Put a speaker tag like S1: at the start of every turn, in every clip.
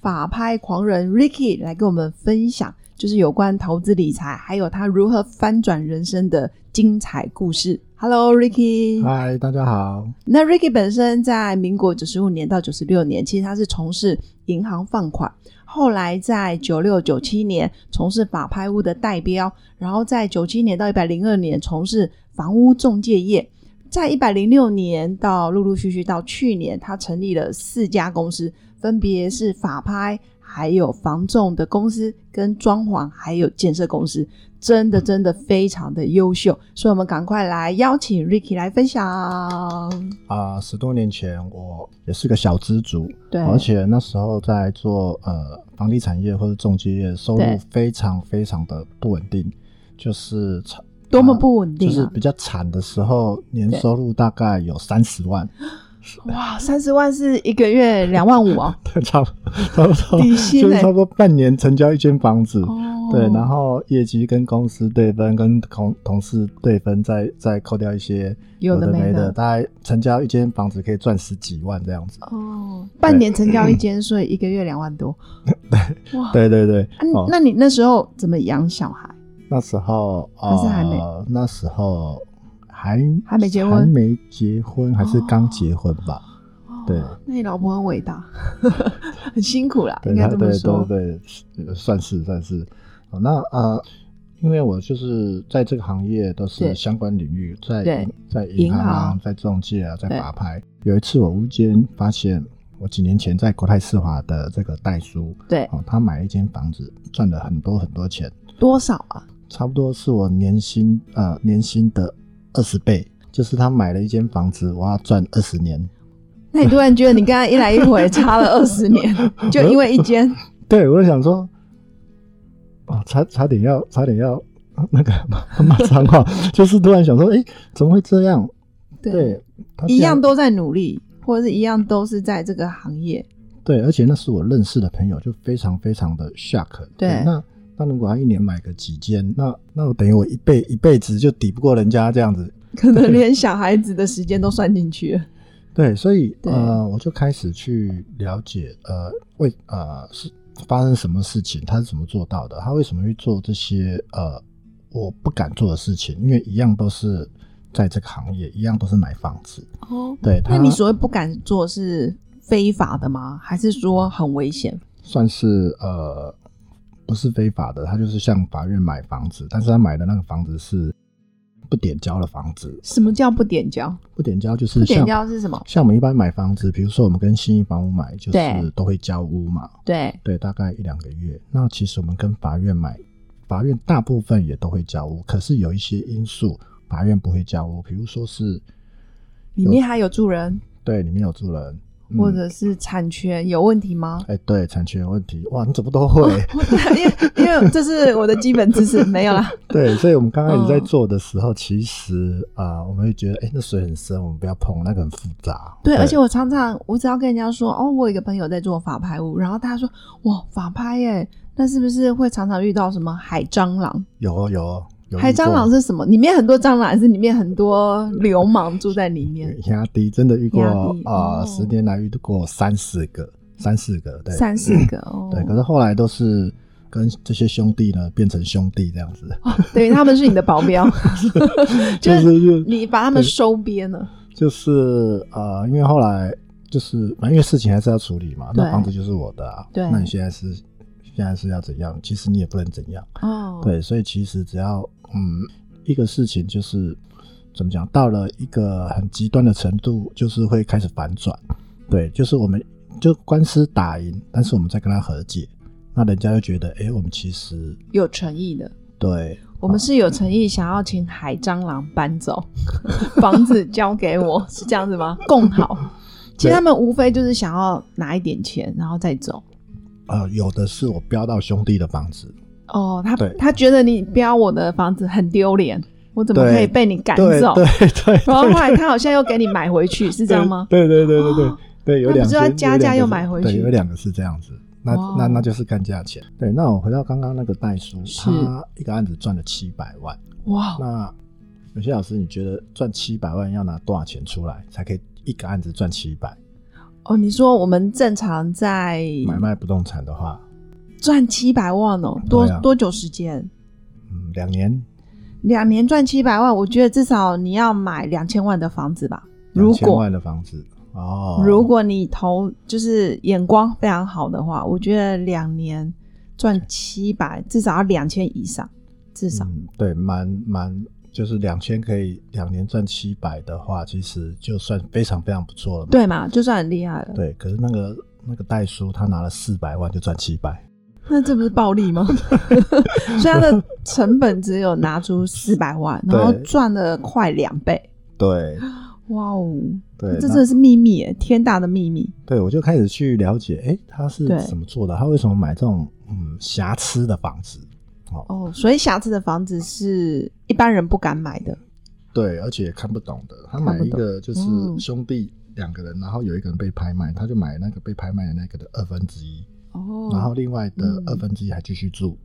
S1: 法拍狂人 Ricky 来跟我们分享，就是有关投资理财，还有他如何翻转人生的精彩故事。Hello，Ricky。
S2: 嗨，大家好。
S1: 那 Ricky 本身在民国九十五年到九十六年，其实他是从事银行放款，后来在九六九七年从事法拍屋的代标，然后在九七年到一百零二年从事房屋中介业，在一百零六年到陆陆续续到去年，他成立了四家公司，分别是法拍。还有房仲的公司、跟装潢还有建设公司，真的真的非常的优秀，所以我们赶快来邀请 Ricky 来分享。
S2: 啊、十多年前我也是个小资族，
S1: 对，
S2: 而且那时候在做呃房地产业或者中介业，收
S1: 对
S2: 入非常非常的不稳定，就是惨
S1: 多么不稳定
S2: 就是
S1: 啊！
S2: 比较惨的时候，年
S1: 对
S2: 收入大概有三十万，
S1: 哇，三十万是一个月两万五哦，
S2: 差不差不多，
S1: 底薪
S2: 就是
S1: 欸
S2: 差不多半年成交一间房子。
S1: 哦
S2: 对，然后业绩跟公司对分，跟同同事对分，再再扣掉一些
S1: 有的
S2: 的
S1: 没的
S2: 的，大概成交一间房子可以赚十几万这样子。
S1: 哦，半年成交一间，所以一个月两万多。哇，
S2: 对哦对对，
S1: 啊你那你那时候怎么养小孩？
S2: 那时候
S1: 还是还没
S2: 呃，那时候还
S1: 还没结婚
S2: 还没结婚，还是刚结婚吧？
S1: 哦
S2: 对，
S1: 那你老婆很伟大， 很辛苦啦，应
S2: 对，
S1: 该
S2: 他
S1: 这
S2: 对
S1: 么说
S2: 对。对对，呃算是算是。哦那呃，因为我就是在这个行业都
S1: 对
S2: 是相关领域，在
S1: 对
S2: 银在
S1: 银
S2: 银行啊
S1: 行，
S2: 在中介啊，在
S1: 对
S2: 法拍。有一次我无意间发现，我几年前在国泰世华的这个代书，
S1: 对，
S2: 哦，他买了一间房子，赚了很多很多钱，
S1: 多少啊？
S2: 差不多是我年薪呃年薪的二十倍，就是他买了一间房子，我要赚二十年。
S1: 那你突然觉得你刚刚一来一回差了二十 年，就因为一间，
S2: 对我就想说，哦，差差点要差点要 啊那个骂骂脏话，就是突然想说，哎、怎么会这样？ 对，他
S1: 一
S2: 竟然
S1: 样都在努力，或者是一样都是在这个行业，
S2: 对，而且那是我认识的朋友，就非常非常的 shock。
S1: 对
S2: 那那如果他一年买个几间，那那我等于我一辈一辈子就抵不过人家这样子。
S1: 可能连小孩子的时间都算进去了。
S2: 对，所以
S1: 对
S2: 呃，我就开始去了解呃，为呃是发生什么事情，他是怎么做到的，他为什么会做这些呃我不敢做的事情，因为一样都是在这个行业，一样都是买房子。
S1: 哦，
S2: 对，
S1: 那
S2: 他
S1: 你所谓不敢做是非法的吗？还是说很危险？
S2: 算是呃不是非法的，他就是向法院买房子，但是他买的那个房子是不点交的房子，
S1: 什么叫不点交？
S2: 不点交就
S1: 不
S2: 是
S1: 点
S2: 像
S1: 交是什么？
S2: 像我们一般买房子，比如说我们跟新一房屋买，就
S1: 对
S2: 是都会交屋嘛。
S1: 对，
S2: 对，大概一两个月。那其实我们跟法院买，法院大部分也都会交屋，可是有一些因素法院不会交屋，比如说是
S1: 里面还有住人，
S2: 对里面有住人，嗯
S1: 或者是产权有问题吗？
S2: 哎、对产权有问题，哇，你怎么都会？
S1: 因为因为这是我的基本知识，没有 啦。
S2: 对，所以我们刚开始在
S1: 嗯
S2: 做的时候，其实啊、我们会觉得，哎、那水很深，我们不要碰，那个很复杂。
S1: 对，而且我常常我只要跟人家说，哦，我有一个朋友在做法拍屋，然后他说，哇，法拍耶，那是不是会常常遇到什么海蟑螂？
S2: 有哦有哦有
S1: 海蟑螂是什么？里面很多蟑螂，还是里面很多流氓住在里面？
S2: 压低，真的遇过
S1: 压低
S2: 啊，
S1: 哦
S2: 十、年来遇过三四个，三四个，对，
S1: 三四个哦，
S2: 对，可是后来都是跟这些兄弟呢变成兄弟这样子，
S1: 等于他们是你的保镖，哦就
S2: 就是是
S1: 你把他们收编了。
S2: 就是呃，因为后来就是反正因为事情还是要处理嘛，那
S1: 对
S2: 房子就是我的啊，
S1: 对
S2: 那你现在是现在是要怎样？其实你也不能怎样，
S1: 哦，，
S2: 对，所以其实只要嗯一个事情就是怎么讲，到了一个很极端的程度，就是会开始反转，对，就是我们就官司打赢，但是我们再跟他和解。那人家就觉得，哎、我们其实
S1: 有诚意的。
S2: 对
S1: 我们是有诚意，想要请海蟑螂搬 走，房子交给我，是这样子吗？共好。其实他们无非就是想要拿一点钱，然后再走。
S2: 呃，有的是我标到兄弟的房子，
S1: 哦，他
S2: 对
S1: 他觉得你标我的房子很丢脸，我怎么
S2: 对
S1: 可以被你赶
S2: 对
S1: 走？
S2: 对对，
S1: 然后后来他好像又给你买回去，是这样吗？
S2: 对对对对对
S1: 哦
S2: 对，有
S1: 那不
S2: 两
S1: 是
S2: 间
S1: 要
S2: 有
S1: 加
S2: 两
S1: 价
S2: 个
S1: 又
S2: 是
S1: 买回
S2: 对
S1: 去
S2: 有两个是这样子。那
S1: 哦
S2: 那那就是干价钱。对，那我回到刚刚那个代书，
S1: 是
S2: 他一个案子赚了七百万。
S1: 哇，哦
S2: 那有些老师，你觉得赚七百万要拿多少钱出来才可以一个案子赚七百？
S1: 哦，你说我们正常在
S2: 买卖不动产的话，
S1: 赚七百万哦，多、
S2: 对啊
S1: 多久时间？
S2: 嗯，两年
S1: 两年赚七百万，我觉得至少你要买两千万的房子吧。如
S2: 两千
S1: 果
S2: 万的房子哦，
S1: 如果你投就是眼光非常好的话，我觉得两年赚七百，至少要两千以上，至少、
S2: 嗯，对，蛮蛮就是两千可以两年赚七百的话，其实就算非常非常不错了嘛。
S1: 对嘛，就算很厉害了。
S2: 对，可是那个那个代叔他拿了四百万就赚七百，
S1: 那这不是暴利吗？ 所以他的成本只有拿出四百万，然后
S2: 对
S1: 赚了快两倍。
S2: 对
S1: 哇哦，
S2: 对，
S1: 这
S2: 那
S1: 真的是秘密耶，天大的秘密。
S2: 对我就开始去了解，哎，他是
S1: 对
S2: 怎么做的？他为什么买这种嗯瑕疵的房子？
S1: 哦，所以瑕疵的房子是一般人不敢买的。
S2: 对，而且看不懂的，他
S1: 看
S2: 买
S1: 不
S2: 一
S1: 懂
S2: 个就是
S1: 嗯
S2: 兄弟两个人，然后有一个人被拍卖，他就买那个被拍卖的那个的二分之一，
S1: 哦
S2: 然后另外的
S1: 嗯
S2: 二分之一还继续住。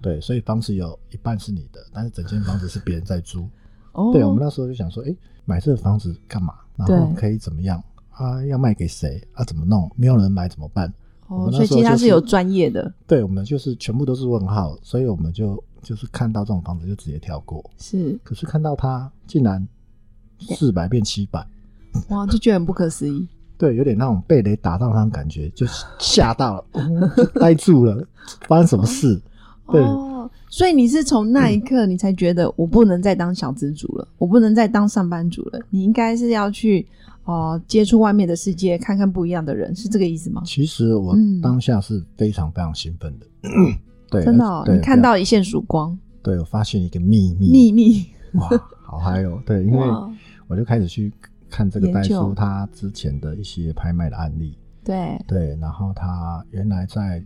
S2: 对，所以房子有一半是你的，但是整间房子是别人在租。
S1: 哦
S2: 对，我们那时候就想说，哎、买这个房子干嘛？然后
S1: 对
S2: 可以怎么样？啊，要卖给谁？啊，怎么弄？没有人买怎么办？我
S1: 哦，
S2: 们
S1: 所以其
S2: 那时候
S1: 实他
S2: 就是
S1: 是有专业的，
S2: 对，我们就是全部都是问号，所以我们就就是看到这种房子就直接跳过。
S1: 是
S2: 可是看到它竟然四百变七百，
S1: 哇，就觉得很不可思议。
S2: 对，有点那种被雷打到那种感觉，就吓到了，嗯就呆住了，发生什么事？对
S1: 哦，所以你是从那一刻你才觉得我不能再当小资主了，我不能再当上班族了，你应该是要去哦、接触外面的世界，看看不一样的人，是这个意思吗？
S2: 其实我
S1: 嗯
S2: 当下是非常非常兴奋 的，对，
S1: 真的、哦，
S2: 对
S1: 你看，
S2: 非
S1: 到一线曙光，
S2: 常对我发现一个秘密，
S1: 秘密。
S2: 哇，好嗨 哦！对，因为
S1: 哇
S2: 我就开始去看这个代
S1: 研究
S2: 书他之前的一些拍卖的案例，
S1: 对，
S2: 对，然后他原来在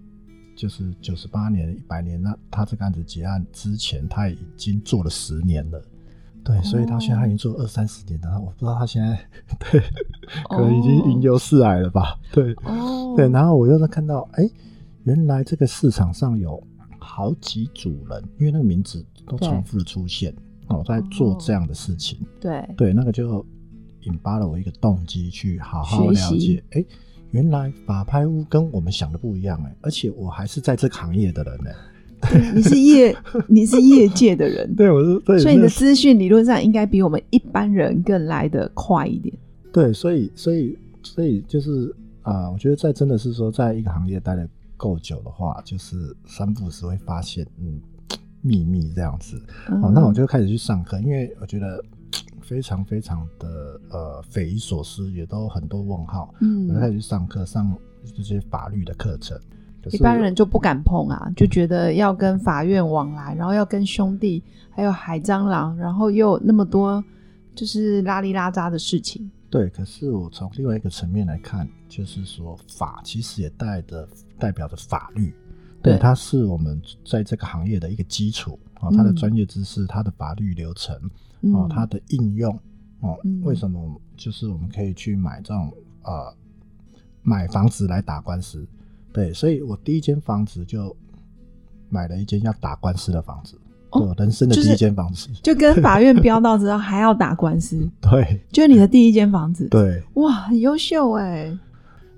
S2: 就是九十八年、一百年，那他这个案子结案之前，他已经做了十年了。对，所以他现在
S1: 哦
S2: 他已经做了二三十年了，我不知道他现在对，可能已
S1: 哦
S2: 经隐忧四癌了吧？对，
S1: 哦，
S2: 对，然后我又在看到，哎，原来这个市场上有好几组人，因为那个名字都
S1: 对
S2: 重复的出现，哦，在做这样的事情。
S1: 对
S2: 对，那个就引发了我一个动机，去好好
S1: 学
S2: 了
S1: 习
S2: 解。哎，原来法拍屋跟我们想的不一样哎，而且我还是在这个行业的人哎。
S1: 对你是业，你是业界的 人，
S2: 对，我是对，
S1: 所以你的
S2: 那
S1: 资讯理论上应该比我们一般人更来得快一点。
S2: 对，所以所以所以就是啊、我觉得在真的是说，在一个行业待的够久的话，就是三不五时会发现嗯秘密这样子。哦，
S1: 嗯
S2: 那我就开始去上课，因为我觉得非常非常的呃匪夷所思，也都很多问号。我就开
S1: 嗯，
S2: 始去上课，上这些法律的课程。可是
S1: 一般人就不敢碰啊，就觉得要跟法院往来，然后要跟兄弟，还有海蟑螂，然后又有那么多就是拉里拉扎的事情。
S2: 对，可是我从另外一个层面来看，就是说法其实也代的代表着法律，
S1: 对
S2: 它是我们在这个行业的一个基础啊、哦，
S1: 嗯
S2: 它的专业知识、它的法律流程
S1: 嗯，
S2: 哦，它的应用哦，
S1: 嗯
S2: 为什么就是我们可以去买这种呃买房子来打官司？对，所以我第一间房子就买了一间要打官司的房子，
S1: 哦
S2: 对我人生的
S1: 就
S2: 第
S1: 是
S2: 一间房子。
S1: 就跟法院飙到之后还要打官司，
S2: 对
S1: 就是你的第一间房子。
S2: 对，
S1: 哇，很优秀哎、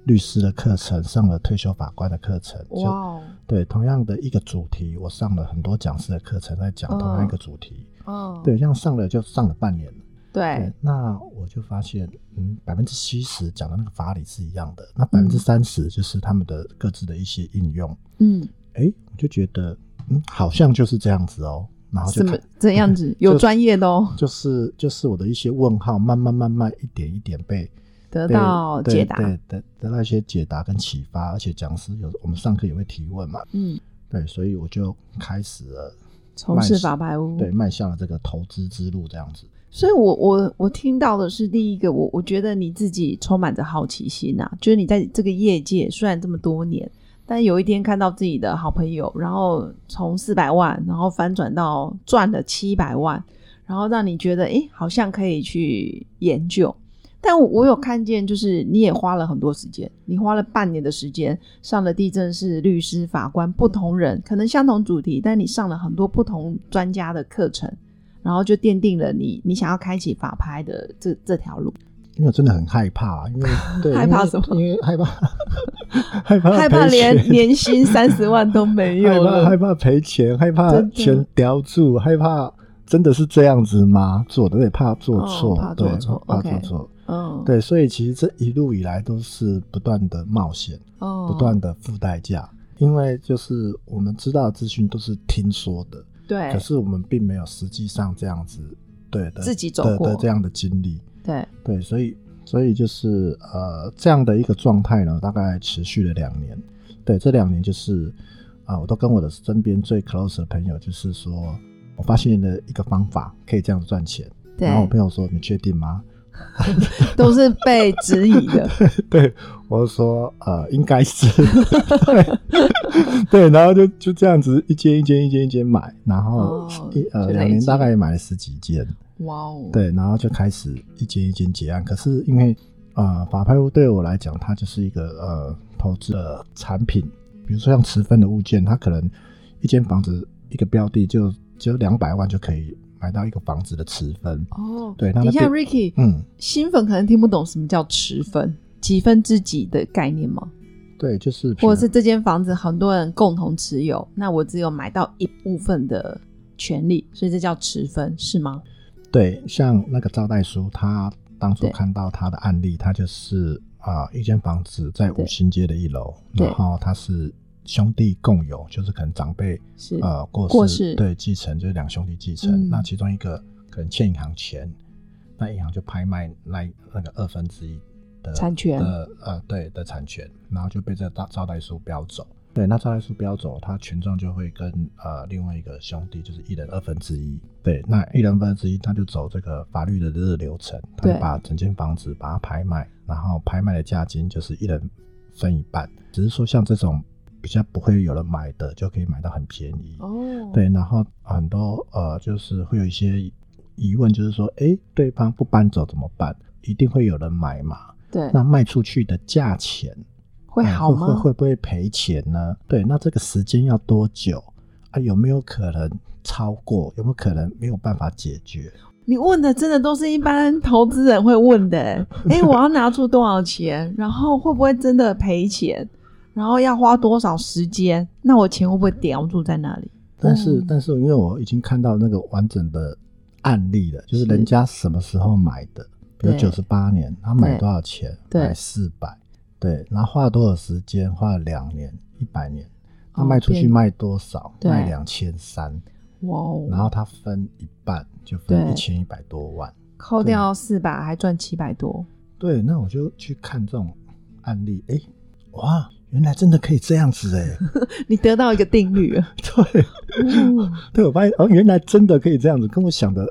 S2: 律师的课程上了退休法官的课程，
S1: 哇
S2: 就
S1: 哦，
S2: 对同样的一个主题，我上了很多讲师的课程，在讲
S1: 嗯
S2: 同样一个主题。
S1: 哦，
S2: 对，这样上了就上了半年了。
S1: 对
S2: 对，那我就发现，嗯，百分之七十讲的那个法理是一样的，那百分之三十就是他们的各自的一些应用。
S1: 嗯，
S2: 哎、我就觉得，嗯，好像就是这样子哦。然后就
S1: 怎么
S2: 看，
S1: 怎样子？有专业的哦，
S2: 就是就是我的一些问号，慢慢慢慢一点一点被
S1: 得
S2: 对
S1: 到
S2: 对
S1: 解答。
S2: 对得得到一些解答跟启发，而且讲师有我们上课也会提问嘛，
S1: 嗯，
S2: 对，所以我就开始了
S1: 从事法拍屋。
S2: 对迈向了这个投资之路这样子。
S1: 所以我我我听到的是第一个，我我觉得你自己充满着好奇心啊，就是你在这个业界虽然这么多年，但有一天看到自己的好朋友，然后从四百万，然后反转到赚了七百万，然后让你觉得，诶，好像可以去研究。但我我有看见，就是你也花了很多时间，你花了半年的时间上了地震室、律师、法官不同人，可能相同主题，但你上了很多不同专家的课程，然后就奠定了你你想要开启法拍的这这条路。
S2: 因为我真的很害怕， 因为对
S1: 害怕
S2: 因为
S1: 什么
S2: 因为害 怕害怕
S1: 害怕
S2: 啊赔
S1: 连
S2: 钱
S1: 年薪三十万都没有
S2: 害怕害
S1: 了。
S2: 怕赔钱，害怕
S1: 真的
S2: 钱叼住，害怕真的是这样子吗？做的也怕做
S1: 哦
S2: 错，
S1: 怕
S2: 对
S1: 做错
S2: 怕
S1: OK
S2: 做错，
S1: 嗯，，
S2: 对，所以其实这一路以来都是不断的冒险，
S1: 哦，
S2: 不断的付代价，因为就是我们知道的资讯都是听说的，
S1: 对
S2: 可是我们并没有实际上这样子对的
S1: 自己走
S2: 的
S1: 过
S2: 的这样的经历，
S1: 对，
S2: 对，所以所以就是呃这样的一个状态呢，大概持续了两年。对，这两年就是啊、我都跟我的身边最 close 的朋友，就是说我发现了一个方法可以这样子赚钱。
S1: 对
S2: 然后我朋友说：“你确定吗
S1: 都是被质疑的。？”
S2: 对，我就说：“呃，应该是。 对”对，然后就就这样子一间一间一间一间买，然后、
S1: 哦
S2: 一
S1: 就
S2: 呃
S1: 累
S2: 两年
S1: 积
S2: 大概也买了十几间。
S1: 哇哦，，
S2: 对，然后就开始一间一间结案。可是因为呃，法拍屋对我来讲，它就是一个呃投资的产品。比如说像持分的物件，它可能一间房子一个标的就只有两百万就可以买到一个房子的持分。
S1: 哦，
S2: 对，那
S1: 等
S2: 那
S1: 一下
S2: 变
S1: ，Ricky，
S2: 嗯，
S1: 新粉可能听不懂什么叫持分，几分之几的概念吗？
S2: 对，就是
S1: 或者是
S2: 是
S1: 这间房子很多人共同持有，那我只有买到一部分的权利，所以这叫持分，是吗？
S2: 对，像那个招待书，他当初
S1: 对
S2: 看到他的案例，他就是啊、一间房子在
S1: 对
S2: 五星街的一楼，
S1: 对
S2: 然后他是兄弟共有，就是可能长辈
S1: 是，
S2: 呃过世
S1: 过世
S2: 对继承就是两兄弟继承，
S1: 嗯
S2: 那其中一个可能欠银行钱，那银行就拍卖那一那个二分之一的
S1: 产权
S2: 的呃对的产权，然后就被这招招待书标走。对，那招待书标走，他权重就会跟呃另外一个兄弟，就是一人二分之一。对，那一人二分之一，他就走这个法律的这个流程，他
S1: 对
S2: 就把整间房子把它拍卖，然后拍卖的价金就是一人分一半。只是说像这种比较不会有人买的，就可以买到很便宜。
S1: 哦，
S2: 对，然后很多呃，就是会有一些疑问，就是说，诶，对方不搬走怎么办？一定会有人买嘛？
S1: 对，
S2: 那卖出去的价钱
S1: 会
S2: 呃
S1: 好吗？
S2: 会会不会赔钱呢？对，那这个时间要多久啊？有没有可能超过？有没有可能没有办法解决？
S1: 你问的真的都是一般投资人会问的、欸，哎、我要拿出多少钱，然后会不会真的赔钱，然后要花多少时间，那我钱会不会叼住在那里？
S2: 但是，
S1: 嗯
S2: 但是因为我已经看到那个完整的案例了，就
S1: 是
S2: 是人家什么时候买的，比如
S1: 嗯对
S2: 九十八年，他买
S1: 对
S2: 多少钱？
S1: 对
S2: 买四百，对，然后花了多少时间？花了两年，一百年，他
S1: 哦
S2: 卖出去
S1: 变
S2: 卖多少？
S1: 对
S2: 卖两千三，
S1: 哇
S2: 然
S1: 哦，
S2: 后他分一半，就
S1: 对
S2: 分一千一百多万。
S1: 扣掉四百还赚七百多，
S2: 对，那我就去看这种案例，诶，哇，原来真的可以这样子诶。
S1: 你得到一个定律了。
S2: 对。啊
S1: 哦
S2: 对，我发现哦，原来真的可以这样子，跟我想的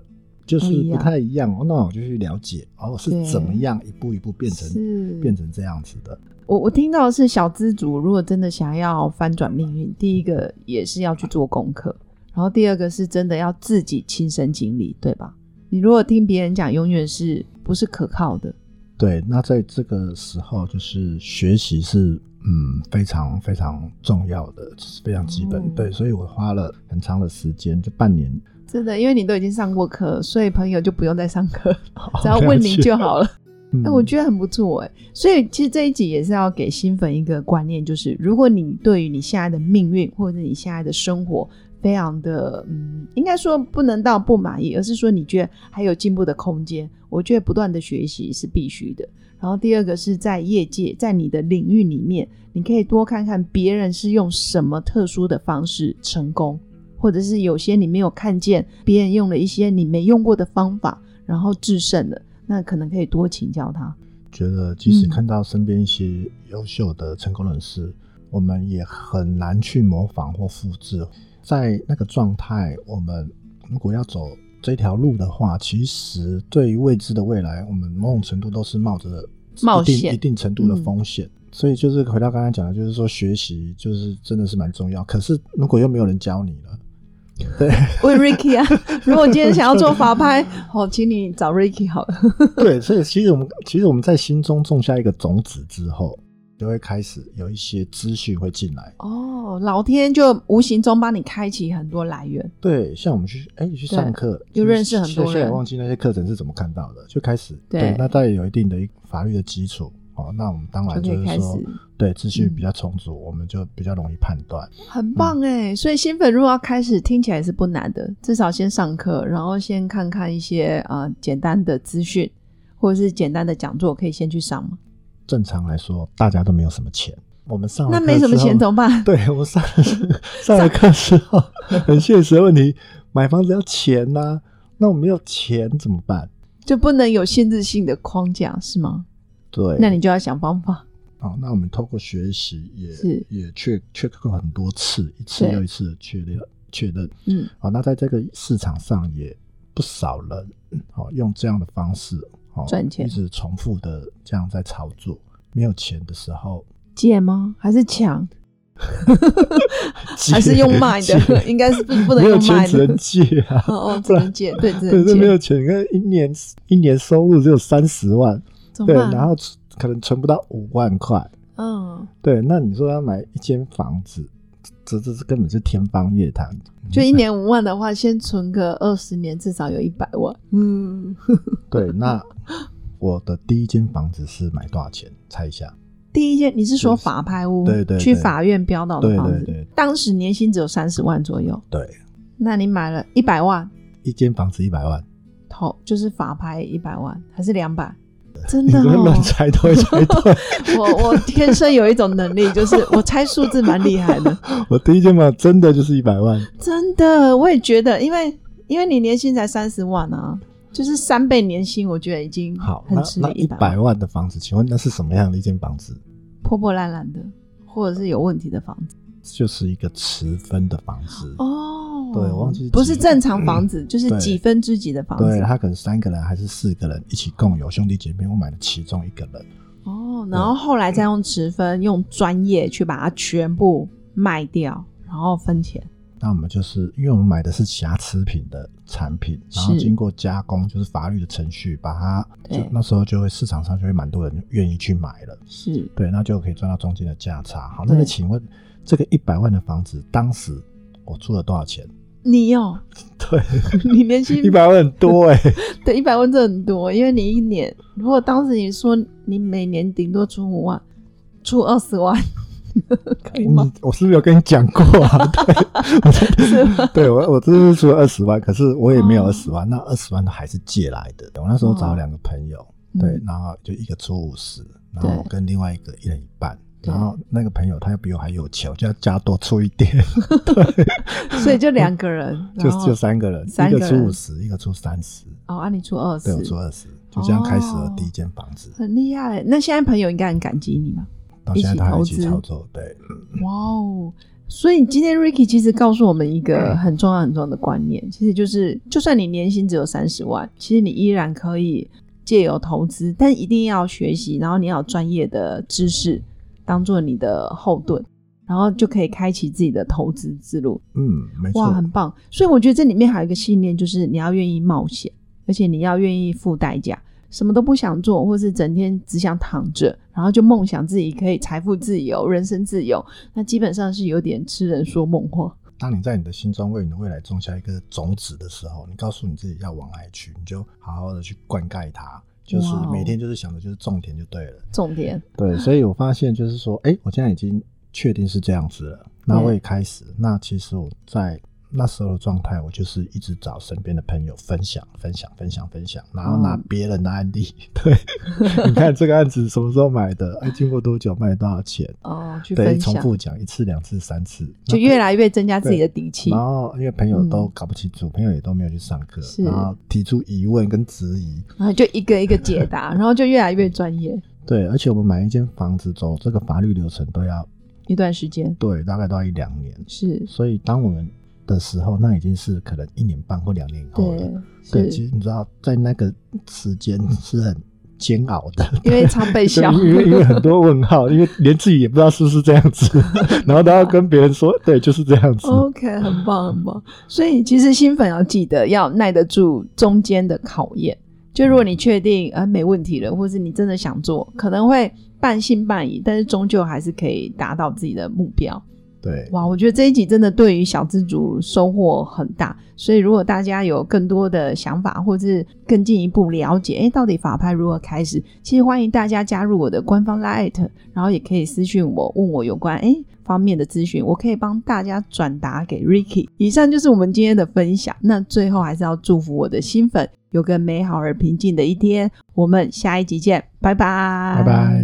S2: 就是
S1: 不一
S2: 不
S1: 样
S2: 太一样。哦、那我就去了解哦，是
S1: 对
S2: 怎么样一步一步变成
S1: 是
S2: 变成这样子的。
S1: 我我听到的是小资族，如果真的想要翻转命运，第一个也是要去做功课，然后第二个是真的要自己亲身经历，对吧？你如果听别人讲，永远是不是可靠的？
S2: 对，那在这个时候，就是学习是嗯非常非常重要的，是非常基本。
S1: 哦
S2: 对，所以我花了很长的时间，就半年。
S1: 真的，因为你都已经上过课，所以朋友就不用再上课，只要
S2: 哦了
S1: 问你
S2: 解
S1: 就好了。
S2: 嗯
S1: 哎、我觉得很不错哎、所以其实这一集也是要给新粉一个观念，就是如果你对于你现在的命运或者你现在的生活非常的嗯，应该说不能到不满意，而是说你觉得还有进步的空间。我觉得不断的学习是必须的。然后第二个是在业界，在你的领域里面，你可以多看看别人是用什么特殊的方式成功，或者是有些你没有看见，别人用了一些你没用过的方法，然后制胜了。那可能可以多请教他。
S2: 觉得，即使
S1: 嗯
S2: 看到身边一些优秀的成功人士，我们也很难去模仿或复制。在那个状态，我们如果要走这条路的话，其实对于未知的未来，我们某种程度都是冒着
S1: 冒
S2: 一定
S1: 险嗯
S2: 一定程度的风险。所以就是回到刚才讲的，就是说学习就是真的是蛮重要。可是如果又没有人教 你了，
S1: 问 Ricky 啊，如果今天想要做法拍， 好，请你找 Ricky 好了。
S2: 对，所以其实我们其实我们在心中种下一个种子之后，就会开始有一些资讯会进来。
S1: 哦，老天就无形中帮你开启很多来源。
S2: 对，像我们去哎、去上课，
S1: 又认识很多
S2: 现在
S1: 人
S2: 忘记那些课程是怎么看到的，就开始
S1: 对
S2: 那当然有一定的一法律的基础哦。那我们当然
S1: 就可以
S2: 就是
S1: 开
S2: 说
S1: 始，
S2: 对资讯
S1: 嗯
S2: 比较充足，我们就比较容易判断。
S1: 很棒哎、
S2: 嗯
S1: 所以新粉如果要开始，听起来是不难的，至少先上课，然后先看看一些啊、呃简单的资讯，或者是简单的讲座，可以先去上嘛。
S2: 正常来说，大家都没有什么钱，我们上了
S1: 那
S2: 课
S1: 没什么
S2: 之后
S1: 钱怎么办？
S2: 对我上上了课之后，很现实的问题，买房子要钱呐、那我没有钱怎么办？
S1: 就不能有限制性的框架是吗？
S2: 对，
S1: 那你就要想方法。
S2: 哦，那我们透过学习也
S1: 是
S2: 也确确认过很多次，一次
S1: 对
S2: 又一次的确认确认。
S1: 嗯，
S2: 哦，那在这个市场上也不少人哦，用这样的方式哦
S1: 赚钱
S2: 一直重复的这样在操作。没有钱的时候，
S1: 借吗？还是抢？ 还是
S2: 借
S1: 用卖
S2: 借
S1: 的？应该是 不不能
S2: 没有
S1: 用
S2: 钱
S1: 卖
S2: 只
S1: 的。
S2: 能借啊。
S1: 哦哦，只能借，对，只
S2: 对，
S1: 能
S2: 这
S1: 借。
S2: 没有钱，你看一年一年收入只有三十万，
S1: 怎么
S2: 对，
S1: 办？
S2: 然后存可能存不到五万块，
S1: 嗯，
S2: 对，那你说要买一间房子，这这这根本是天方夜谭。
S1: 就一年五万的话，先存个二十年，至少有一百万。嗯，
S2: 对，那我的第一间房子是买多少钱？猜一下，
S1: 第一件你是说法拍屋，
S2: 对对对
S1: 去法院标到的
S2: 对
S1: 房子，
S2: 对对
S1: 当时年薪只有三十万左右，
S2: 对，
S1: 那你买了一百万，
S2: 一间房子一百万，
S1: 投就是法拍一百万还是两百？真
S2: 你
S1: 的
S2: 不会
S1: 哦
S2: 乱，猜都会猜对。
S1: 我我天生有一种能力，就是我猜数字蛮厉害的，
S2: 我第一间房真的就是一百万，
S1: 真的，我也觉得，因为因为你年薪才三十万啊，就是三倍年薪，我觉得已经
S2: 好，
S1: 很
S2: 那
S1: 吃
S2: 那
S1: 力
S2: 一
S1: 100
S2: 百万的房子，请问那是什么样的一间房子？
S1: 破破烂烂的，或者是有问题的房子。
S2: 就是一个十分的房子，
S1: 哦，
S2: 对我忘记是
S1: 不是
S2: 几嗯
S1: 正常房子，就是
S2: 对
S1: 几分之几的房
S2: 对
S1: 子。
S2: 他可能三个人还是四个人一起共有兄弟姐妹，我买了其中一个人。
S1: 哦，然后后来再用持分，用专业去把它全部卖掉，然后分钱。
S2: 那我们就是因为我们买的是瑕疵品的产品，然后
S1: 是
S2: 经过加工，就是法律的程序，把它
S1: 对
S2: 就那时候就会市场上就会蛮多人愿意去买了，
S1: 是
S2: 对，那就可以赚到中间的价差。好，
S1: 对
S2: 那就请问这个一百万的房子，当时我出了多少钱？
S1: 你哦，
S2: 对，
S1: 你年薪
S2: 一百万很多 哎、
S1: 对一百万这很多，因为你一年如果当时你说你每年顶多出五万，出二十万， 可以
S2: 你
S1: 吗？
S2: 嗯我是不是有跟你讲过啊？ 对，我这嗯对我我这是出了二十万，可是我也没有
S1: 哦
S2: 二十万，那二十万都还是借来的。我那时候找了两个朋友，对，然后就一个出五十，然后我
S1: 嗯对
S2: 跟另外一个一人一半。
S1: 对
S2: 然后那个朋友他又比我还有钱，我就要加多出一点，
S1: 嗯，所以就两个人，
S2: 就
S1: 然后
S2: 就三个人，
S1: 三个
S2: 一个出
S1: 人
S2: 五十，一个出三十，
S1: 哦，按、啊、你出二十
S2: 对，我出二十，就这样开始了第一间房子，
S1: 很厉害。那现在朋友应该很感激你嘛？
S2: 到现在他还一
S1: 一
S2: 起
S1: 起投资
S2: 操作，对，
S1: 哇哦！所以今天 Ricky 其实告诉我们一个很重要很重要的观念，其实就是，就算你年薪只有三十万，其实你依然可以借由投资，但一定要学习，然后你要有专业的知识当做你的后盾，然后就可以开启自己的投资之路。
S2: 嗯，没
S1: 哇，
S2: 错，
S1: 很棒！所以我觉得这里面还有一个信念，就是你要愿意冒险，而且你要愿意付代价。什么都不想做，或是整天只想躺着，然后就梦想自己可以财富自由、人生自由，那基本上是有点痴人说梦话。
S2: 当你在你的心中为你的未来种下一个种子的时候，你告诉你自己要往哪里去，你就好好的去灌溉它，就是
S1: 哇哦
S2: 每天就是想着就是种田就对了。
S1: 重点
S2: 对，所以我发现就是说，哎、我现在已经确定是这样子了，那
S1: 嗯
S2: 我也开始。那其实我在那时候的状态，我就是一直找身边的朋友分享、分享、分享、分享，然后拿
S1: 嗯
S2: 别人的案例。 对，你看这个案子什么时候买的？哎，经过多久卖多少钱？
S1: 哦，去
S2: 对，
S1: 分
S2: 重
S1: 享，
S2: 复讲一次、两次、三次，
S1: 就
S2: 那
S1: 越来越增加自己的底气
S2: 然。后因为朋友都搞不清楚，朋友也都没有去上课，
S1: 是
S2: 然后提出疑问跟质疑。
S1: 然后就一个一个解答，然后就越来越专业。
S2: 对，而且我们买一间房子走这个法律流程都要
S1: 一段时间
S2: 对，大概都要一两年。
S1: 是
S2: 所以当我们的时候，那已经是可能一年半或两年以后了
S1: 对。
S2: 对，其
S1: 是
S2: 实你知道，在那个时间是很煎熬的，
S1: 因为常被 笑。
S2: 对因为因为很多问号，因为连自己也不知道是不是这样 子，然后他要跟别人说，对，就是这样子。
S1: OK，很棒很棒。所以其实新粉要记得要耐得住中间的考验。就如果你确定呃没问题了，或是你真的想做，可能会半信半疑，但是终究还是可以达到自己的目标。
S2: 对，
S1: 哇，我觉得这一集真的对于小资族收获很大。所以如果大家有更多的想法，或是更进一步了解，哎，到底法拍如何开始，其实欢迎大家加入我的官方 Lite，然后也可以私讯我，问我有关哎方面的资讯，我可以帮大家转达给 Ricky。以上就是我们今天的分享。那最后还是要祝福我的新粉有个美好而平静的一天。我们下一集见，拜拜，
S2: 拜拜。